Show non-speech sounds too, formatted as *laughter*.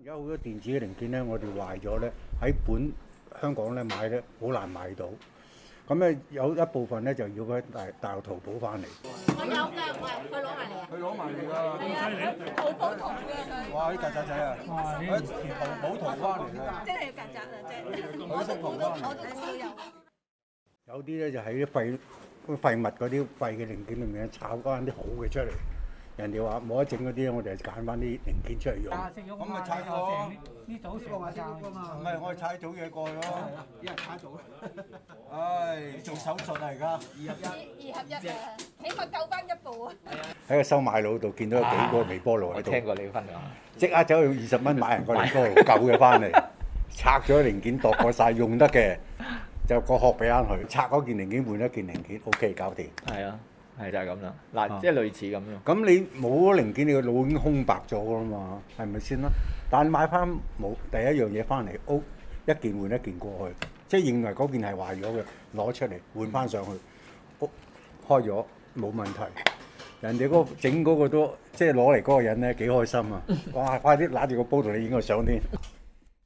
而家好多電子嘅零件咧，我哋壞咗咧，喺本香港咧買咧好難買到。咁咧有一部分咧就要喺大大陸淘寶翻嚟。我有㗎，我係佢攞埋嚟啊！佢攞埋嚟㗎，咁犀利！啊好普通嘅佢，哇！啲曱甴仔啊，喺淘寶淘翻嚟㗎，真係曱甴啊！真係，佢識淘翻嚟。 *laughs* 我都知有。有啲咧就喺啲廢廢物嗰啲廢嘅零件裏面炒翻啲好嘅出嚟。人哋話冇得整嗰啲，我哋就揀翻啲零件出嚟用。啊，食咗咁咪拆咗咯呢組全部教㗎嘛。唔係，我係踩早嘢過去咯。 *laughs* 一人踩早。唉，做手術啊嚟㗎。二合一啊，起碼救翻一步啊！喺個收買佬度見到有幾個微波爐喺我度，聽過你分享，即刻走去二十蚊買人個微波爐舊嘅翻 *laughs* 嚟，拆咗零件度過晒用得嘅，就個殼俾翻佢，拆嗰件零件換一件零件，OK 搞掂。係啊，係就係咁啦。嗱，即係類似咁樣。咁你冇咗零件，你個腦已經空白咗噶啦嘛，係咪先啦？但係買翻冇第一樣嘢翻嚟，O 一件換一件過去，即係認為嗰件係壞咗嘅，攞出嚟換翻上去，O 開咗冇問題。人哋嗰個整嗰個都即係攞嚟嗰個人咧幾開心啊！哇！快啲揦住個煲度，你影個相添。